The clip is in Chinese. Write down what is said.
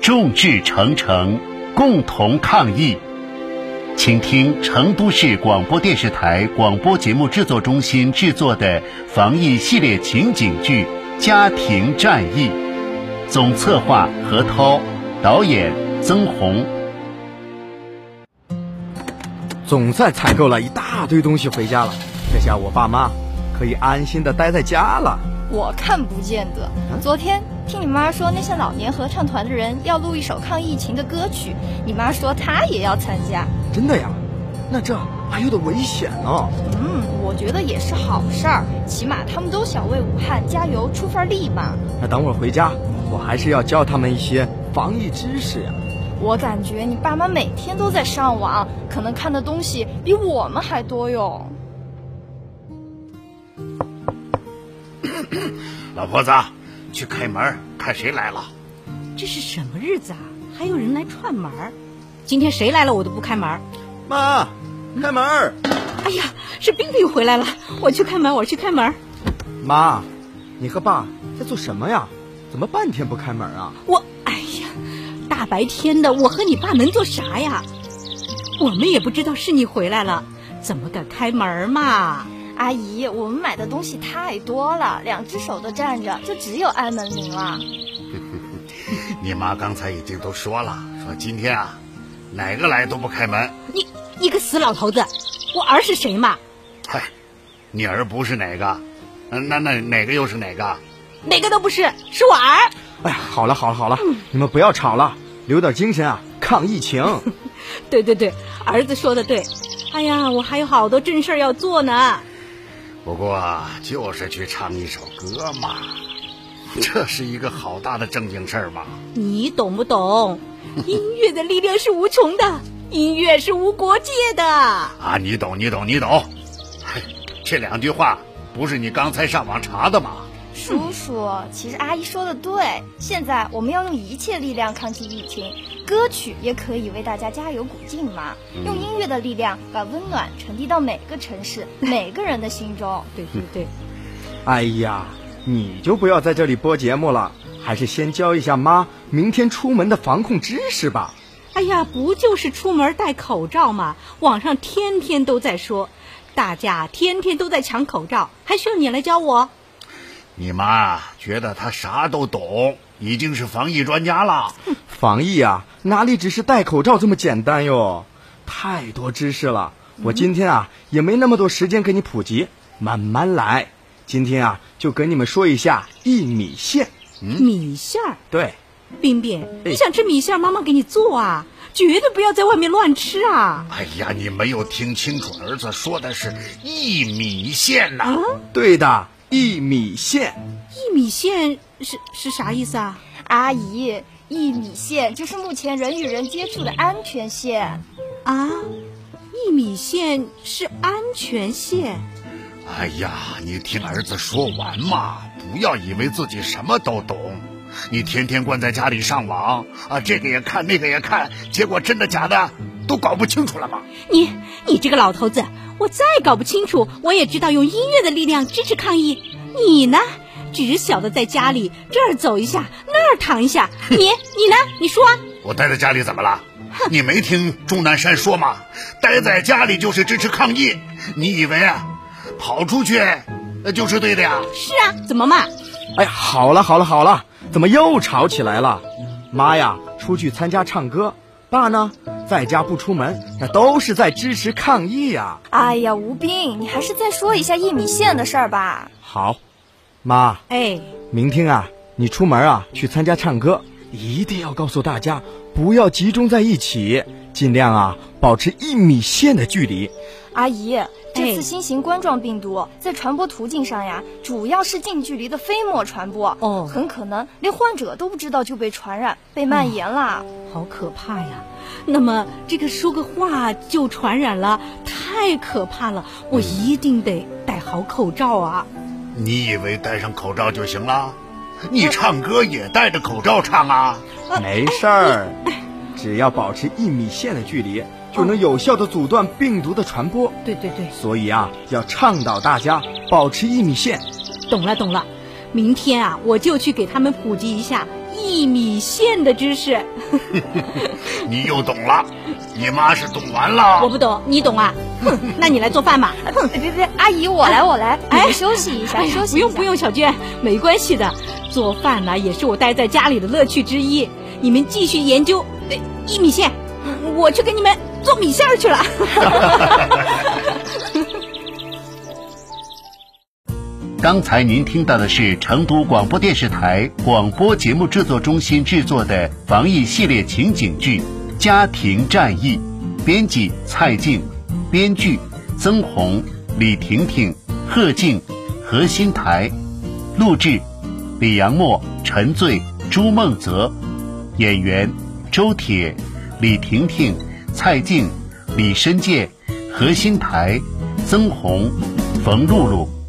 众志成城，共同抗疫。请听成都市广播电视台广播节目制作中心制作的防疫系列情景剧《家庭战役》，总策划何涛，导演曾红。总算采购了一大堆东西回家了，这下我爸妈可以安心的待在家了。我看不见的。昨天听你妈说，那些老年合唱团的人要录一首抗疫情的歌曲，你妈说她也要参加。真的呀？那这还有点危险呢、嗯，我觉得也是好事儿，起码他们都想为武汉加油出份力嘛。那等我回家，我还是要教他们一些防疫知识呀。我感觉你爸妈每天都在上网，可能看的东西比我们还多哟。老婆子，去开门看谁来了。这是什么日子啊？还有人来串门儿？今天谁来了我都不开门儿。妈，开门儿！哎呀，是冰冰回来了，我去开门，我去开门。妈，你和爸在做什么呀？怎么半天不开门啊？我，哎呀，大白天的，我和你爸能做啥呀？我们也不知道是你回来了，啊怎么个开门儿嘛？阿姨，我们买的东西太多了，两只手都站着，就只有按门铃了。你妈刚才已经都说了，说今天啊，哪个来都不开门。你你个死老头子，我儿是谁嘛？嗨，你儿不是哪个，呃那那哪个又是哪个？哪个都不是，是我儿。哎呀，好了好了好了，你们不要吵了，留点精神啊，抗疫情。对对对，儿子说的对。哎呀，我还有好多正事儿要做呢。不过啊就是去唱一首歌嘛，这是一个好大的正经事儿嘛。你懂不懂？音乐的力量是无穷的，音乐是无国界的。啊，你懂，你懂，你懂。嘿，这两句话不是你刚才上网查的吗？叔叔，其实阿姨说的对，现在我们要用一切力量抗击疫情，歌曲也可以为大家加油鼓劲嘛。用音乐的力量把温暖传递到每个城 市、每个人的心中。对对对，哎呀，你就不要在这里播节目了，还是先教一下妈明天出门的防控知识吧。哎呀，不就是出门戴口罩吗？网上天天都在说，大家天天都在抢口罩，还需要你来教我？你妈觉得她啥都懂，已经是防疫专家了。防疫啊，哪里只是戴口罩这么简单哟？太多知识了，我今天啊、也没那么多时间给你普及，慢慢来。今天啊，就给你们说一下薏米线。米线儿，对，冰冰，哎你想吃米线儿，妈妈给你做啊，绝对不要在外面乱吃啊！哎呀，你没有听清楚，儿子说的是薏米线呐、对的，薏米线。薏米线是是啥意思啊？阿姨，一米线就是目前人与人接触的安全线。啊，薏米线是安全线。哎呀，你听儿子说完嘛，不要以为自己什么都懂。你天天关在家里上网啊，这个也看，那个也看，结果真的假的都搞不清楚了吧？你你这个老头子，我再搞不清楚，我也知道用音乐的力量支持抗疫。你呢，只晓得在家里这儿走一下，那儿躺一下。你你呢？你说啊我待在家里怎么了？你没听钟南山说吗？待在家里就是支持抗疫。你以为啊，跑出去呃就是对的呀？是啊？怎么嘛？哎呀，好了好了好了，怎么又吵起来了？妈呀，出去参加唱歌，爸呢，在家不出门，那都是在支持抗疫呀、哎呀，吴斌，你还是再说一下一米线的事儿吧。好，妈，哎，明天啊，你出门啊去参加唱歌，一定要告诉大家不要集中在一起，尽量啊保持一米线的距离。阿姨，这哎次新型冠状病毒在传播途径上呀，主要是近距离的飞沫传播，哦很可能连患者都不知道就被传染、被蔓延啦。好可怕呀！那么这个说个话就传染了，太可怕了！我一定得戴好口罩啊！你以为戴上口罩就行了？你唱歌也戴着口罩唱啊？没事儿，只要保持一米线的距离，就能有效的阻断病毒的传播。对对对，所以啊，要倡导大家保持一米线。懂了懂了。明天啊，我就去给他们普及一下一米线的知识。你又懂了，你妈是懂完我了。不懂，你懂啊？哼，那你来做饭吧。哼，哎别别别，阿姨我来我 来，你哎们休息一下，休息一下不用不用，小娟，没关系的。做饭呢、也是我待在家里的乐趣之一。你们继续研究呃薏米线，我去给你们做米线儿去了。刚才您听到的是成都广播电视台广播节目制作中心制作的防疫系列情景剧《家庭战役》，编辑蔡静，编剧曾红、李婷婷、贺静、何新台，录制李阳墨、陈醉、朱梦泽，演员周铁、李婷婷、蔡静、李申健、何新台、曾红、冯露露。